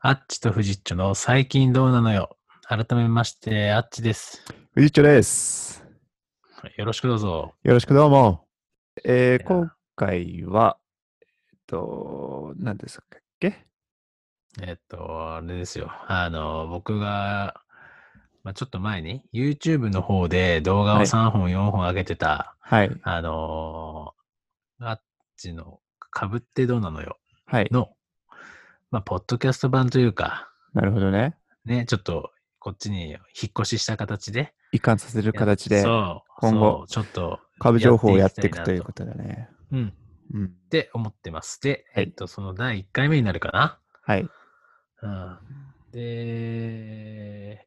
アッチとフジッチョの最近どうなのよ。改めまして、アッチです。フジッチョです。よろしくどうぞ。よろしくどうも。えーいや今回は、えっと、何ですかっけえっと、あれですよ。あの、僕が、まあ、ちょっと前に YouTube の方で動画をはい3本、4本上げてた、はい。あのー、アッチのかぶってどうなのよはい。の、まあ、ポッドキャスト版というか、なるほどね。ね、ちょっとこっちに引っ越しした形で、移管させる形で、そう、今後そうちょっと、株情報をやっていきたくなということだね。うん、うんっ。て思ってます。で、はいえっと、その第1回目になるかはい。な。うん、で、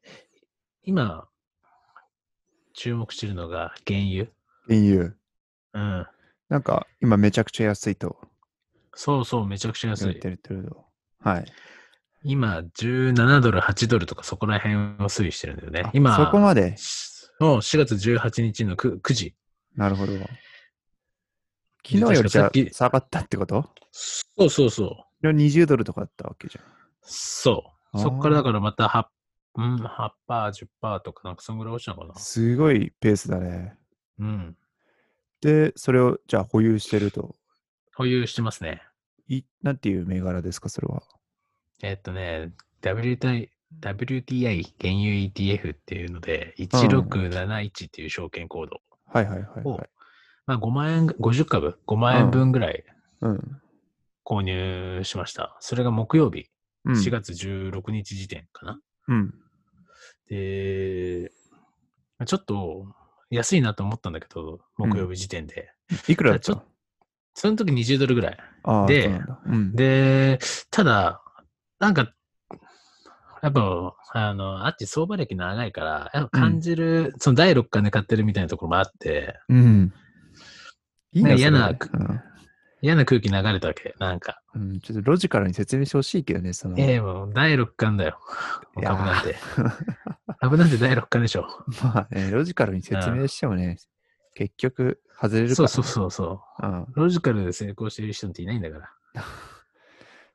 今、注目してるのが原油。金融。うん。なんか、今めちゃくちゃ安いとそうそう、めちゃくちゃ言安っいて。るけど。はい。今、17ドル、8ドルとかそこら辺を推移してるんだよねあ。今、そこまで。そう4月18日の 9, 9時。なるほど。昨日よりじゃ確かあさっき下がったってことそうそうそう。昨日20ドルとかだったわけじゃん。そう。あーそこからだからまた8、うん、8%、10%とか、なんかそんぐらい落ちたのかな。すごいペースだね。うん。で、それをじゃあ保有してると。保有してますね。いなんていう銘柄ですか、それは。えっとね、WTI、WTI 原油 ETF っていうので、1671っていう証券コードはいはいはい、を、はい。まあ5万円、50株、5万円分ぐらいうん。購入しました。それが木曜日、うん4月16日時点かな。うん。で、ちょっと安いなと思ったんだけど、木曜日時点で。いくらだっじたゃあその時20ドルぐらい。ああ、でそうなんだうん、で、ただ、なんか、やっぱ、あの、あっち相場歴長いから、やっぱ感じる、その第6巻で買ってるみたいなところもあって、うん。いいなんな、か嫌なそれね嫌な空気流れたわけ、なんか。うんうん。ちょっとロジカルに説明してほしいけどね、その。ええもう第6巻だよ。いやー株なんて。株なんて第6巻でしょ。 まあね、ロジカルに説明してもね、結局、外れるかそうら。そうそうそうんう。ロジカルで成功してる人っていないんだから。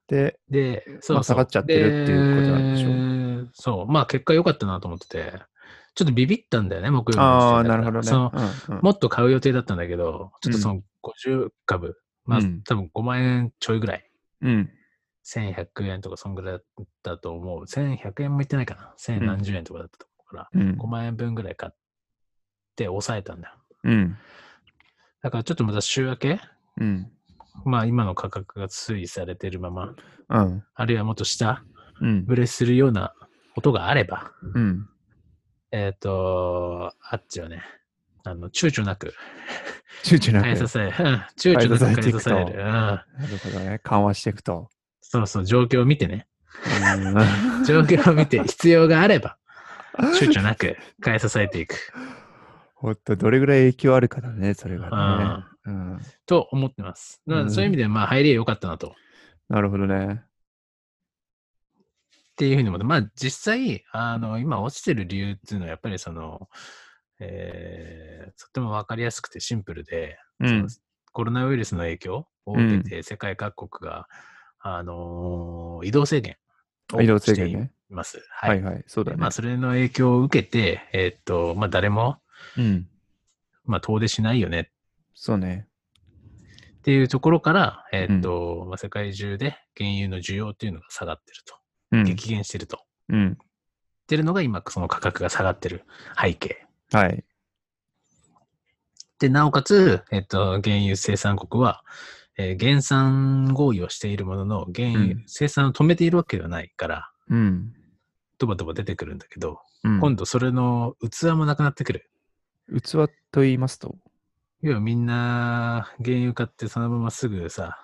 で、で、そうそう、まあ下がっちゃってるっていうことなんでしょょう。そう、まあ結果良かったなと思ってて、ちょっとビビったんだよね、木曜日の時点ああ、だなからるほどね。そのうんうんもっと買う予定だったんだけど、ちょっとその50株、まあうん多分5万円ちょいぐらい、うん。 1100円とかそんぐらいだったと思う。1100円もいってないかな。1000何十円とかだったと思うから、うん5。万円分ぐらい買って抑えたんだよ。うん。だからちょっとまた週明け、うん。まあ今の価格が推移されてるまま、うん。あるいはもっと下うんブ。レするようなことがあれば、うん。えっ、と、あっちはね、あの、躊躇なく躊躇なく。買い支え、うん躊躇なく買い支え買い支えていくる。うとんなるほどね。緩和していくと。そうそう、状況を見てね。 うん状況を見て必要があれ ば、躊躇なく買い支えていく ほんと、どれぐらい影響あるかだね、それがね。あうん、と思ってます。だからそういう意味では、まあ、入りは良かったなと。っなるほどね。ていうふうに思って、まあ、実際、あの、今落ちてる理由っていうのは、やっぱりその、えーとっても分かりやすくてシンプルで、うん。そのコロナウイルスの影響を受けて、世界各国が、あのー移動制限を移動制して限いね。ます。は。はいいはい、そうだでね。まあ、それの影響を受けて、えーっと、まあ、誰も、うん。まあ、遠出しないよねそうね。っていうところから、えーっとまあ、世界中で原油の需要っていうのが下がってると、うん。激減してると。っうん。ていうのが今、その価格が下がってる背景。はい。で、なおかつ、えーっと、原油生産国は、えー減産合意をしているものの、原油、うん生産を止めているわけではないから、うん。ドバドバ出てくるんだけど、うん、今度それの器もなくなってくる。器と言いますと。要はみんな、原油買ってそのまますぐさ、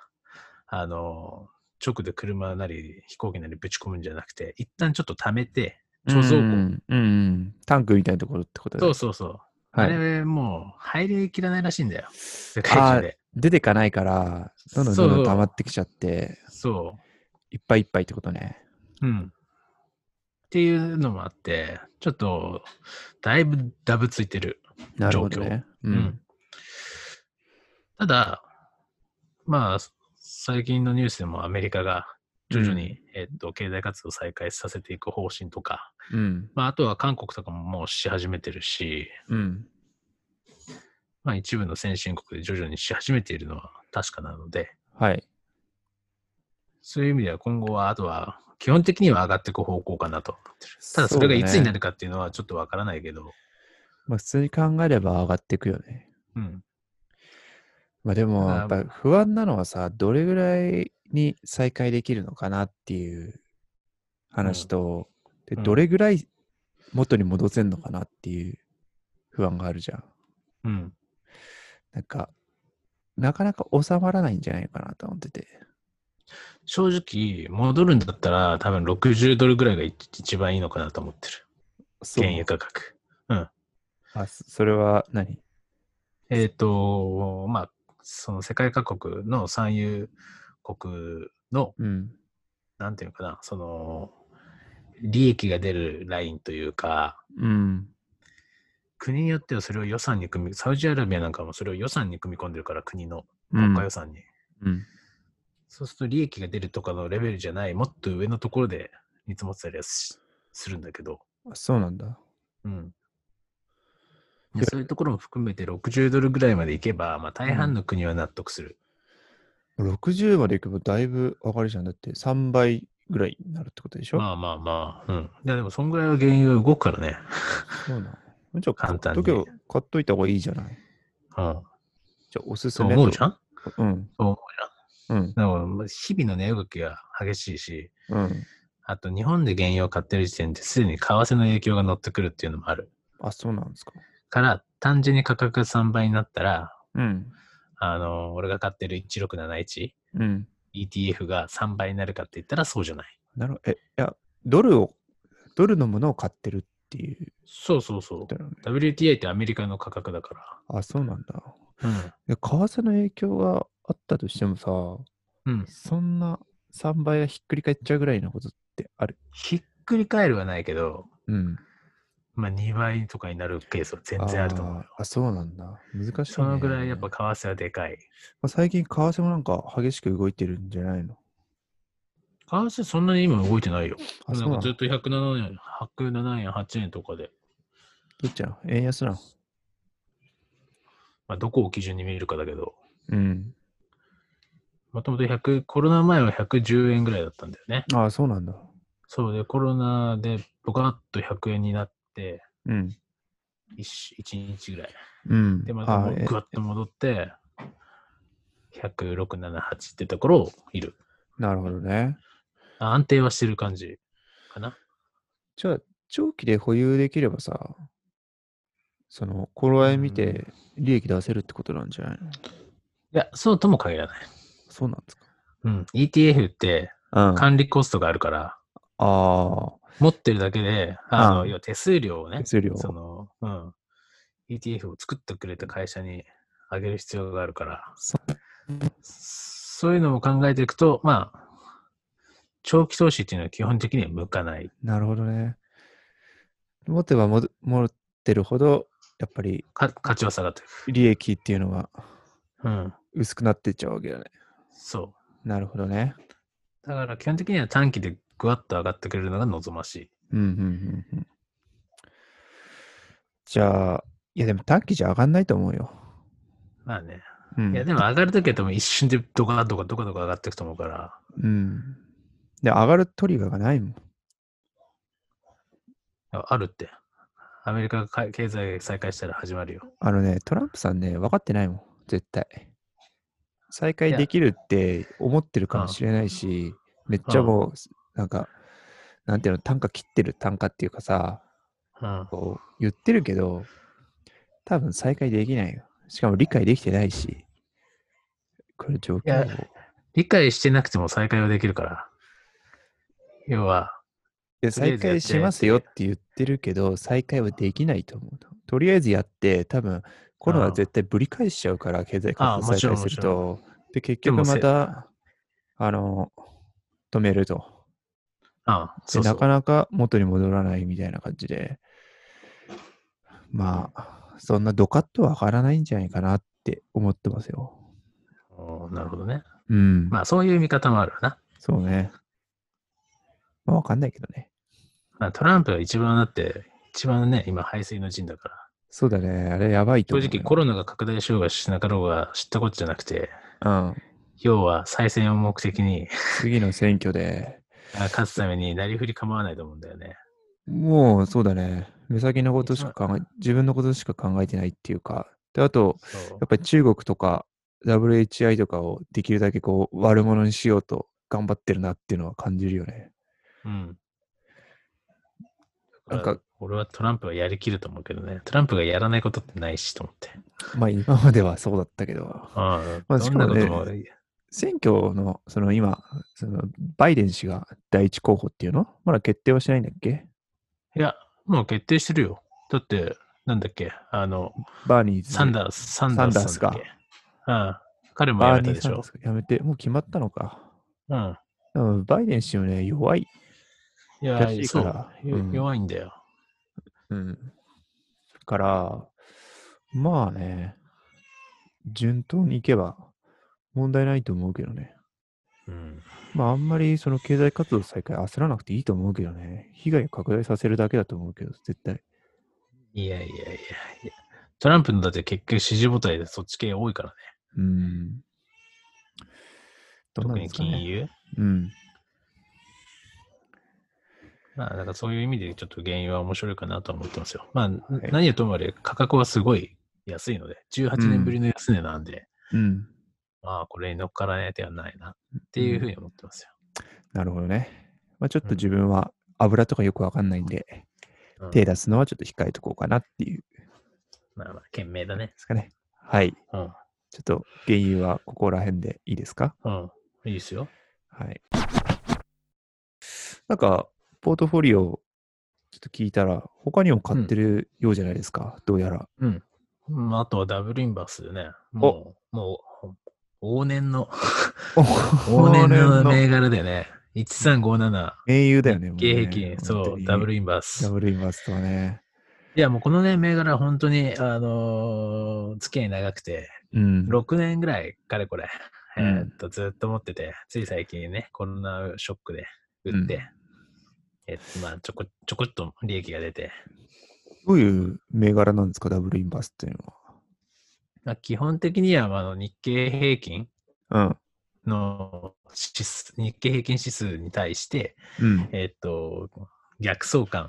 あの、直で車なり飛行機なりぶち込むんじゃなくて、一旦ちょっと貯めて、貯蔵庫。うん、うんうん。タンクみたいなところってことだそうね。そうそう。はあい。れ、もう、入りきらないらしいんだよ。世界中で。出てかないから、どんどんそうどんそうどん溜まってきちゃって、そいっぱいいっぱいってことね。う。うん。っていうのもあって、ちょっと、だいぶダブついてる。なるほどね。う。うんただ、まあ、最近のニュースでもアメリカが徐々に、うえっと、経済活動を再開させていく方針とか、うん。まあ、あとは韓国とかももうし始めてるし、うん。まあ、一部の先進国で徐々にし始めているのは確かなので、はい。そういう意味では今後は、あとは、基本的には上がっていく方向かなと思ってる。ただ、それがいつになるか。かっていうのはちょっとわからないけど、まあ、普通に考えれば上がっていくよね。うん。まあでも、あーやっぱ不安なのはさ、どれぐらいに再開できるのかなっていう話と、うで、んどれぐらい元に戻せんのかなっていう不安があるじゃん。うん。なんか、なかなか収まらないんじゃないかなと思ってて。正直、戻るんだったら、多分60ドルぐらいが一一番いいのかなと思ってる。そう原油価格。あそそれは何えっ、と、まあ、その世界各国の産油国の、うん。なんていうのかな、その、利益が出るラインというか、うん。国によってはそれを予算に組み、サウジアラビアなんかもそれを予算に組み込んでるから、国の国家予算に。うん。そうすると利益が出るとかのレベルじゃない、もっと上のところで見積もってたりはしするんだけど、あそうなんだ。うん。でいやそういうところも含めて60ドルぐらいまでいけば、まあ大半の国は納得する。 60までいけばだいぶ上がるじゃん。だって3倍ぐらいになるってことでしょ、まあまあまあ、うん。いやでも、そんぐらいは原油が動くからね。そうなの。じゃあ買簡っ単とにけば買っといた方がいいじゃないうん。じゃあおすすそうめ思うじゃんゃん。うん。そう思ううん。じゃん。だからまあ、日々の値動きが激しいし、うん。あと日本で原油を買ってる時点ですでに為替の影響が乗ってくるっていうのもある。あ、そうなんですか。から、単純に価格が3倍になったら、うん。あの、俺が買ってる1671、うん。 ETF が3倍になるかって言ったらそうじゃない。なるほど。え、いや、ドルを、ドルのものを買ってるっていうそうそうそことなのね。う。WTI ってアメリカの価格だかあ、そうなんだ。ら。いや、為替の影響があったとしてもさ、うん。うん。そんな3倍がひっくり返っちゃうぐらいのことってある。ひっくり返るはないけど、うん。まあ2倍とかになるケースは全然あると思うあーよ。あ、そうなんだ。難しい、ね。そのぐらいやっぱ為替はでかい。まあ最近、為替もなんか激しく動いてるんじゃないの為替そんなに今動いてないよ。あ、なそうんなかのずっどと107円、107円、8円とかで、っちなの円安なのまあ、どこを基準に見るかだけど、うん。もともと100、コロナ前は110円ぐらいだったんだよね。ああ、そうなんだ。そうで、コロナでボカッと100円になって、うん。 1, 日ぐらい。うん。で、またもうあえぐわっと戻って、106、7、8ってところをいる。なるほどね。あ安定はしてる感じかな。じゃあ、長期で保有できればさ、その、頃合い見て利益出せるってことなんじゃないいの、や、そうとも限らない。そうなんですか。うん。ETF ってうん。あ管理コストがあるから、あ持ってるだけで、あの、うん要は手数料をー、ね手、数料。その、うん。ETF を作ってくれた会社にあげる必要があるから、そそういうのも考えていくと、まあ、長期投資っていうのは基本的には向かない。なるほどね。持てばもど持ってるほど、やっぱりか価値は下がっていく。利益っていうのはうん。薄くなってっちゃうわけだね。そう。なるほどね。だから基本的には短期でぐわっと上がってくれるのが望ましい。うんうんうんうん。じゃあ、いやでも短期じゃ上がんないと思うよ。まあね。うん。いや、でも上がるときは多分一瞬でドカドカドカドカ上がっていくと思うから、うん。で、上がるトリガーがないもん。ああるって。アメリカがか経済再開したら始まるよ。あのね、トランプさんね、分かってないもん。絶対。再開できるって思ってるかもしれないし、めっちゃもう、なんか、なんていうの、単価切ってる単価っていうかさ、うん。こう言ってるけど、多分再開できないよ。しかも理解できてないし、これ状況いや理解してなくても再開はできるから。要は、でとりあえずやっ再て開しますよって言ってるけど、再開はできないと思う。とりあえずやって、多分コロナは絶対ぶり返しちゃうから、経済ああ活動再開すると。で、結で局もせまた、あの、止めると。あでそうそなかう。なか元に戻らないみたいな感じで、まあ、そんなドカッとは上がらないんじゃないかなって思ってますよ。おーなるほどね。うん。まあそういう見方もあるわな。そうね。まあ、わかんないけどね。まあ、トランプが一番だって、一番ね、今、排水の陣だから。そうだね。あれやばいと正思う。直、コロナが拡大しようがしなかろうが知ったことじゃなくて、うん。要は再選を目的に、次の選挙で、あ勝つためになりふり構わないと思うんだよね。もうそうだね。目先のことしか考え、自分のことしか考えてないっていうか。で、あと、そう やっぱり中国とか WHI とかをできるだけこう悪者にしようと頑張ってるなっていうのは感じるよね。うん。なんか、俺はトランプはやりきると思うけどね。トランプがやらないことってないしと思って。まあ今まではそうだったけど、うん。まあどんなこともしかも、選挙のその今、そのバイデン氏が第一候補っていうのまだ決定はしないんだっけいや、もう決定してるよ。だって、なんだっけ、あの、バーニーズ。サンダース、サンダースさんだっけ。うん。彼もやバーめたニーでしさんょで。すかやめて、もう決まったのか。うん。うんバイデン氏もね、弱い。いらや、しいそからう。ようん弱いんだよ。うん。から、まあね、順当にいけば問題ないと思うけどね。うん。まああんまりその経済活動再開焦らなくていいと思うけどね。被害を拡大させるだけだと思うけど、絶対。いやいやいやいや。トランプのだって結局支持母体でそっち系多いからね。うん。どうな特んでにすか金ね。融、うん。まあ、なんかそういう意味でちょっと原油は面白いかなとは思ってますよ。まあ、何はともあれ価格はすごい安いので、18年ぶりの安値なんで、うん。まあ、これに乗っからない手はないなっていうふうに思ってますよ。なるほどね。まあちょっとうん自分は油とかよくわかんないんで、うん手出すのはちょっと控えとこうかなっていうまあまあ、賢明だねで。すかね。はい。うん。ちょっと原油はここら辺でいいですかうん。いいですよ。はい。なんか、ポートフォリオ、ちょっと聞いたら、他にも買ってるようじゃないですか、どうやら。うん。まあ、あとはダブルインバースでね。もう、もう、往年の、往年の銘柄でね。1357、名優だよね、もうね経平均、そう、ダブル。インバース本当にダ。ブルインバストはね。いや、もうこのね、銘柄は本当に、あのー付き合い長くて、うん。 6年ぐらい、かれこれ、えうんーっと、ずっと持ってて、つい最近ね、コロナショックで売って、うんえっと、まあ、ちょこ、ちょこっと利益が出て、どういう銘柄なんですか、ダブルインバスっていうのまあ、基本的には、まああの、日経平均は。の指数、日経平均指数に対して、うん。うん。えっと、逆相関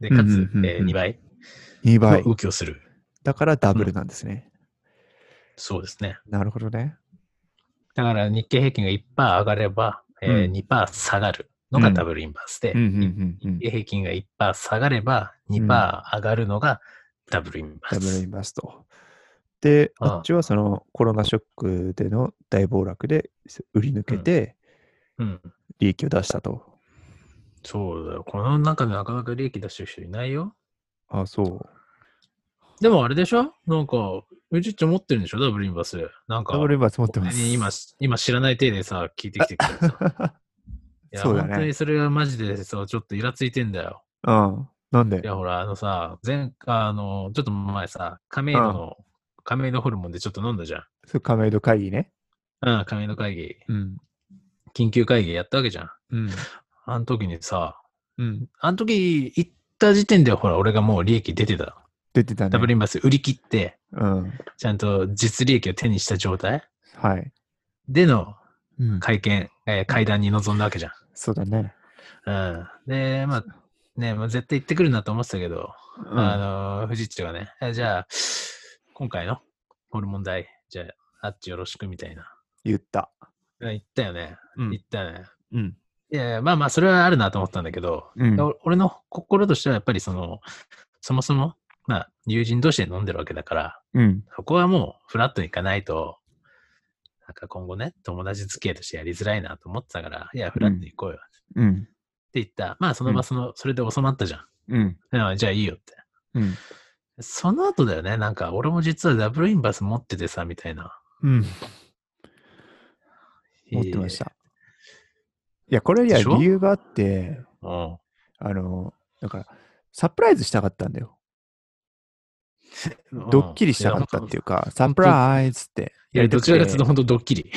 で、かうんうんつ、うんうんえ2倍2の倍。動きをする。だからダブルなんですね。そうですね。なるほどね。だから日経平均が1%上がれば、えーうん2%下がるのがうんダブルインバースで、うんうんうんう日ん経平均が1%下がれば2%上がるのがダブルインバダーブルイス。ンバスト。で、あああっちはそのコロナショックでの大暴落で売り抜けてうん、利益を出したと。そうだよ。この中でなかなか利益出してる人いないよ。あ、そう。でもあれでしょなんか、うちっちゃ持ってるんでしょダブルインバース。なんか、ダブルインバス持ってます。今、今知らない体でさ、聞いてきてくれてさいや、 そうだ本当ねに。それがマジでさ、ちょっとイラついてんだよ。うん。なんでいや、ほら、あのさ、前、あの、ちょっと前さ、亀戸の、亀戸ホルモンでちょっと飲んだじゃん。そう亀戸会議ね。うん、亀戸会議、うん。緊急会議やったわけじゃん。うん。あの時にさ、うん。あの時行った時点でほら、俺がもう利益出てた。出てたね。ダブルインバス売り切って、うん。ちゃんと実利益を手にした状態はい。でのうん。会見、えー会談に臨んだわけじゃそうだね。ん。うん。で、まあ、ね、まあ、絶対行ってくるなと思ってたけど、うんあのー、藤市長がね、えじゃあ、今回のホルモン代、じゃあ、あっちよろしくみたいな。言った。うん言ったよね。う言。ったよね。うん。いやいや、まあまあ、それはあるなと思ったんだけど、うんお俺の心としてはやっぱりその、そもそも、まあ、友人同士で飲んでるわけだから、うん。そこはもうフラットに行かないと、なんか今後ね、友達付き合いとしてやりづらいなと思ってたから、いや、フラットに行こうよってうん。言った。まあ、そのうん場その、それで収まったじゃん。うん。うんじゃあいいよって。うん。その後だよね、なんか俺も実はダブルインバース持っててさ、みたいな。うん。持ってましえた。いや、これにはでしょ理由があって、ー。うんあの、なんか、サプライズしたかったんだよ。ドッキリしたかったっていうか、サプライズっていや、どちらかというとと、本当ドッキリ。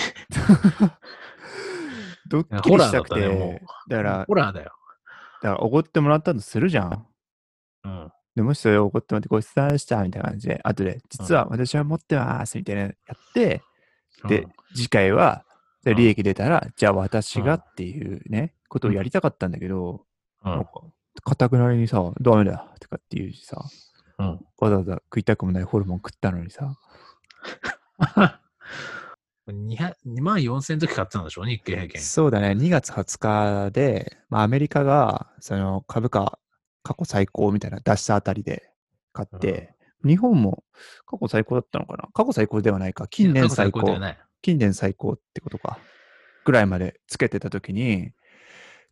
ドッキホリラーしだたっくたね、もて、だからう。、ホラーだよ。だから、おごってもらったとするじゃん。うん。でもしそれをおごってもらって、ごちそうさまでした、みたいな感じで、後で、実は私は持ってます、みたいなのやって、で、次回は、でうん利益出たら、じゃあ私がうんっていうね、ことをやりたかったんだけど、うなんんか、かたくなりにさ、ダメだとかっていうしさ、 うん。わざわざ食いたくもないホルモン食ったのにさ、 2万4000の時買ってたんでしょ日経平均。そうだね、2月20日で、まあ、アメリカがその株価過去最高みたいな出したあたりで買って、日本も過去最高だったのかな過去最高ではないか、近年最過去最高で高は、ない。近年最高ってことか、ぐらいまでつけてたときに、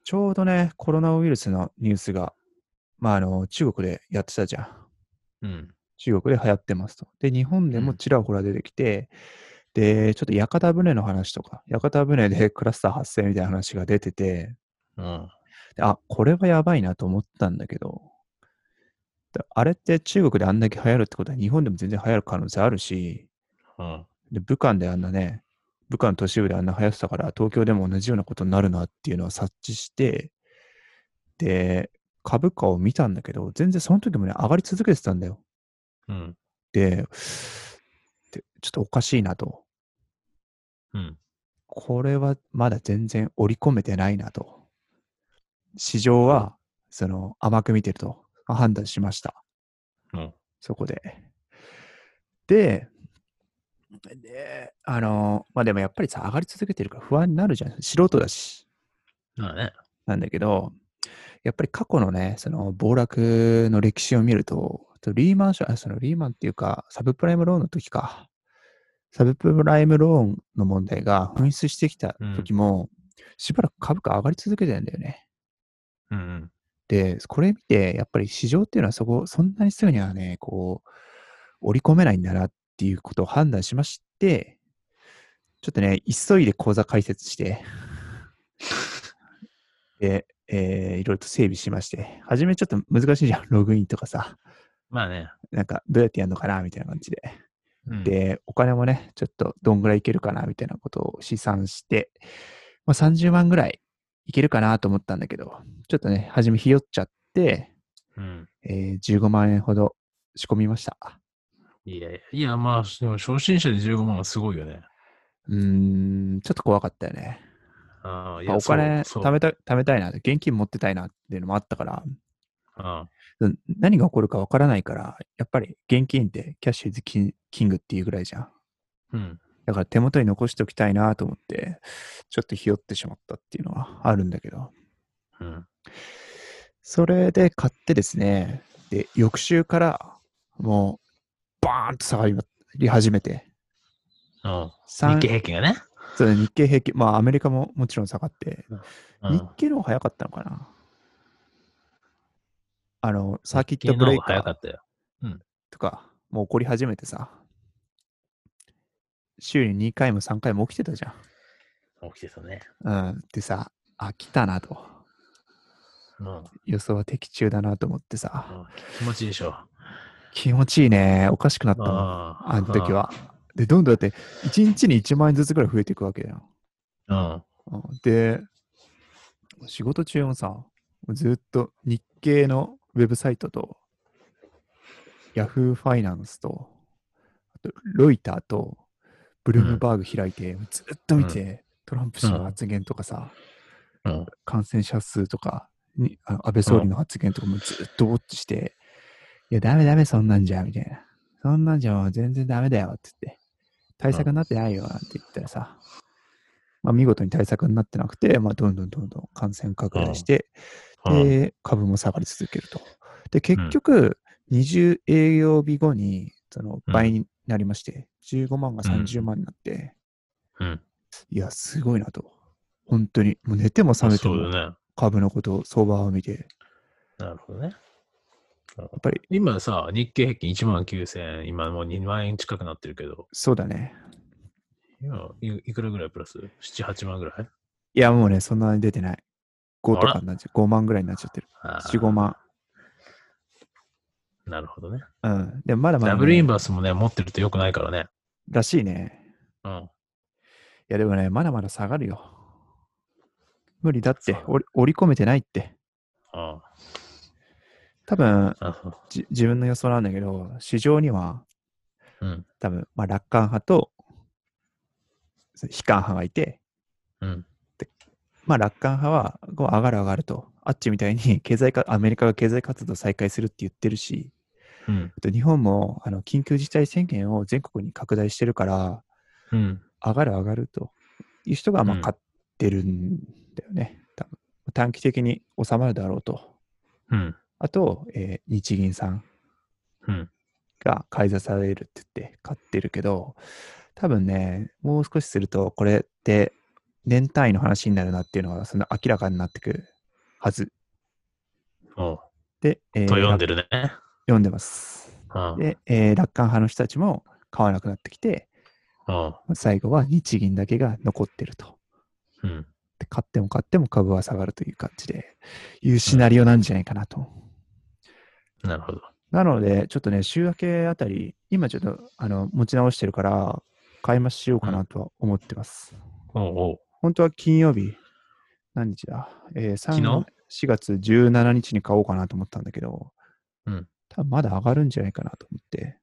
ちょうどね、コロナウイルスのニュースが、まあ、あの中国でやってたじゃうん。ん。中国で流行ってますと。で、日本でもちらほら出てきて、で、ちょっと屋形船の話とか、屋形船でクラスター発生みたいな話が出てて、うん。であ、これはやばいなと思ったんだけど、だあれって中国であんだけ流行るってことは日本でも全然流行る可能性あるし、うん。で武漢であんなね、武漢都市部であんな流行ってたから、東京でも同じようなことになるなっていうのを察知して、で、株価を見たんだけど、全然その時もね、上がり続けてたんだよ。うん。で、でちょっとおかしいなと。うん。これはまだ全然織り込めてないなと。市場は、その、甘く見てると判断しました。うんそこで。で、で、あの、まあでもやっぱりさ、上がり続けてるから不安になるじゃん。素人だし。まあね。なんだけど、やっぱり過去のね、その暴落の歴史を見ると、とリーマンショあそのリーマンっていうか、サブプライムローンの時か、サブプライムローンの問題が噴出してきた時も、しばらく株価上がり続けてるんだよね。うんうん。で、これ見て、やっぱり市場っていうのはそこ、そんなにすぐにはね、こう、織り込めないんだなっていうことを判断しまして、ちょっとね、急いで口座開設して、で、えーいろいろと整備しまして、初めちょっと難しいじゃん、ログインとかさ、まあね。なんかどうやってやるのかなみたいな感じで。うん、で、お金もね、ちょっとどんぐらいいけるかなみたいなことを試算して、まあ、30万ぐらいいけるかなと思ったんだけど、ちょっとね、初めひよっちゃって、うん。えー、15万円ほど仕込みました。いやいや、いやまあ、でも初心者で15万はすごいよね。うーん、ちょっと怖かったよね。ああ、いまやあお金そう貯めた貯めたいな、現金持ってたいなっていうのもあったから、そううんうん何が起こるかわからないから、やっぱり現金ってキャッシュイズキンキングっていうぐらいじゃん。うん。だから手元に残しておきたいなと思って、ちょっとひよってしまったっていうのはあるんだけど。うん。それで買ってですね、で、翌週からもう、バーンと下がり始めて、うん。三日経平均がね。そう日経平均、まあアメリカももちろん下がって、うん日経の方が早かったのかなあの、サーキットブレイカ日経の方が早かーったよ。とか、もう起こり始めてさ、週に2回も3回も起きてたじ起きてたね。ゃん。うん。でさ、飽きたなと。うん。予想は的中だなと思ってさ、気持ちいいでしょ。気持ちいいね。おかしくなったもんあああの時は。で、どんどんだって、1日に1万円ずつぐらい増えていくわけだよ。うん。うんで、仕事中もさ、もうずっと日経のウェブサイトと、Yahoo ファイナンスと、あとロイターと、ブルームバーグ開いて、ずっと見て、トランプ氏の発言とかさ、うん。感染者数とかに、あの安倍総理の発言とかもずっとウォッチして、いや、ダメダメ、そんなんじゃ、みたいな。そんなんじゃ、もう全然ダメだよ、って言って。対策になってないよ、なんて言ったらさ。まあ、見事に対策になってなくて、まあ、どんどんどんどん感染拡大して、うんで、株も下がり続けると。で、結局、20営業日後に、そうのん倍になりまして、15万が30万になって、うん。いや、すごいなと。本当に、もう寝ても覚めてそもうだね。株のこと、相場を見て、なるほどね。やっぱり。今さ、日経平均1万9000円、今もう2万円近くなってるけど、そうだね。今いいくらぐらいプラス ?7、8万ぐらいいや、もうね、そんなに出てない。5とあからになっちゃう。5万ぐらいになっちゃってる。ああ4、5万。なるほどね。うん。でもまだまだ、ダね。ブルインバースもね、持ってると良くないからね。らしいね。うん。いや、でもね、まだまだ下がるよ。無理だってそう。折り折り込めてないって。あ多分、あ。なるほどじ自分の予想なんだけど、市場にはうん。多分、まあ、楽観派とそう悲観派がいて、うん。まあ、楽観派はこう上がる上がると、あっちみたいに経済かアメリカが経済活動再開するって言ってるし、うん。あと日本もあの緊急事態宣言を全国に拡大してるから、うん。上がる上がるという人がまあうん買ってるんだよね、多分短期的に収まるだろうと。うん。あと、えー日銀さんうん。が買い支えるって言って買ってるけど、多分ね、もう少しすると、これって年単位の話になるなっていうのが、その明らかになってくるはず。おうで、えーと読んでるね。読んでます。あで、えー楽観派の人たちも買わなくなってきて、あ。最後は日銀だけが残ってると。うん。で買っても買っても株は下がるという感じで、いうシナリオなんじゃないかなと。なるほど。なので、ちょっとね、週明けあたり、今ちょっとあの持ち直してるから、買い増ししようかなとは思ってます。おうおう。本当は金曜日、何日だ、えー、昨日 ?4 月17日に買おうかなと思ったんだけど、うん多分まだ上がるんじゃないかなと思って、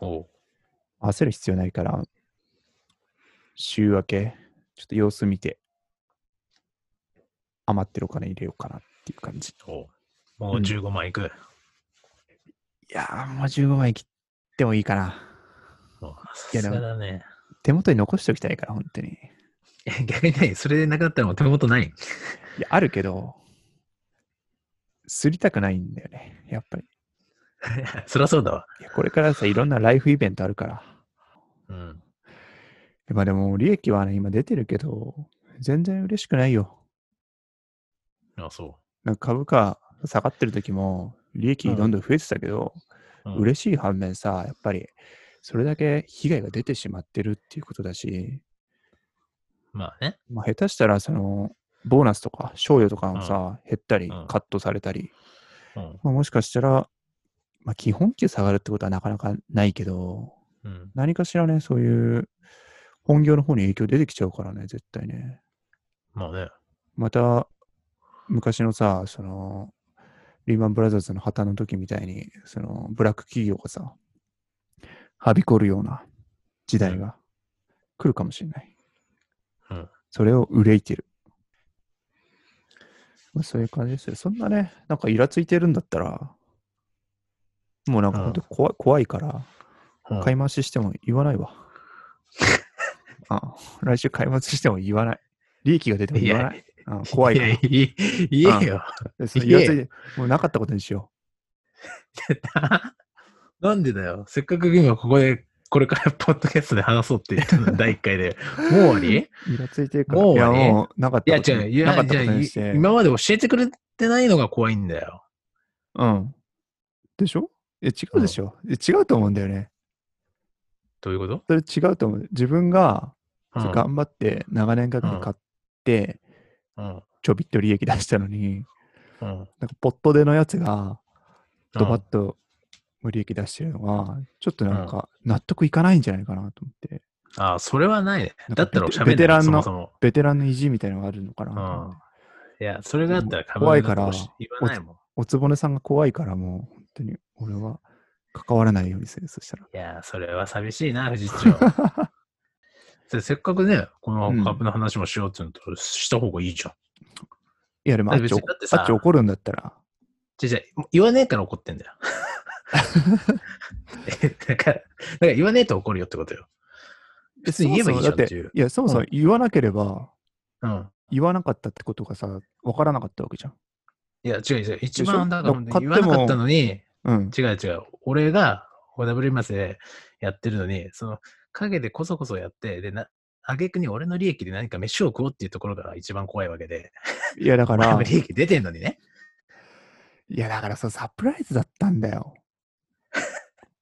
おう。焦る必要ないから、週明け、ちょっと様子見て、余ってるお金入れようかなっていう感じ。おう。もう15万いく。いやー、もう15万円切ってもいいかな。もうさすがだね。手元に残しておきたいから、本当に。い逆にない。それでなかったらもう手元ない。や、あるけど、すりたくないんだよね、やっぱり。 そりゃそうだわ。いやこれからさ、いろんなライフイベントあるから。うん。まあでも、利益はね、今出てるけど、全然嬉しくないよ。あそなんか株価下がってる時も、利益どんどん増えてたけど、う。うん、嬉しい反面さ、やっぱり、それだけ被害が出てしまってるっていうことだし、まあね。まあ、下手したら、その、ボーナスとか、賞与とかもさ、減ったりうん、カットされたり、うん。まあ、もしかしたら、まあ、基本給下がるってことはなかなかないけど、うん。何かしらね、そういう本業の方に影響出てきちゃうからね、絶対ね。まあね。また、昔のさ、その、リーマンブラザーズの破綻の時みたいに、その、ブラック企業がさ、はびこるような時代が来るかもしれない。うんそれを憂いてる。まあ、そういう感じですよ。そんなね、なんかイラついてるんだったら、もうなんか本当怖,、怖いから、うん買い回ししても言わな いわ。あ来週買い回ししても言わない。利益が出ても言わない。うん怖 いいからや、いい言えよ。でそのいえイラついてもうなかったことにしよなんでだよ。せっかく今ここで、これから ポッドキャストで話そうって言ったのに、第1回で。もう終わりいう 。イラついてるから。もういや、終わりもうなかっや、たこと違う。にいなかや、ったじゃこあ、とにいして。今まで教えてくれてないのが怖いんだよ。うん。でしょいや、違うでしょ、いや違うと思うんだよね。どういうことそれ違うと思う。自分がうん頑張って長年かけて買って、うん。ちょびっと利益出したのに、うん。なんかポットでのやつが、ドうバッんと無利益出してるのが、ちょっとなんか納得いかないんじゃないかなと思って、ああ、それはないね。だったらおしゃべベテりラだンそのもそも。ベテランの意地みたいなのがあるのかなうと思っんいて。や、それがあったら株怖いからのこと言わないもん。おつぼねさんが怖いからもう、本当に俺は関わらないようにする、そしたら。いや、それは寂しいな、藤井長。 それせっかくね、この株の話もしようっていうのと、した方がいいじゃん。いや、でもあっち別に怒だってさあっち怒るんだったら、じゃじゃ言わねえから怒ってん だよ。だから、だから言わねえと怒るよってことよ。別に言えばいいじゃんっていう。いや、そもそも言わなければ、うん。言わなかったってことがさ、わからなかったわけじゃん。いや、違う違う。一番、だから本当買にっ言てわもなかったのに、うん。違う違う。俺が OW マスでやってるのに、その、陰でこそこそやって、で、な、挙句に俺の利益で何か飯を食おうっていうところが一番怖いわけで、いや、だ か俺らも、利益出てんのにね。いや、だからさ、サプライズだったんだよ。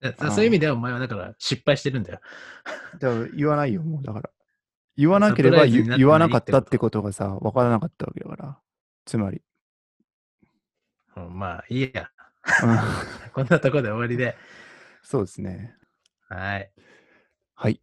だかうらんそういう意味ではお前はだから失敗してるんだよ。だから言わないよ、もうだから。言わなければサプライズ言になって言わななかっいってたことってことがさ、わからなかったわけだから。つまり。うん、まあ、いいや。うん こんなところで終わりで。そうですね。はい。はい。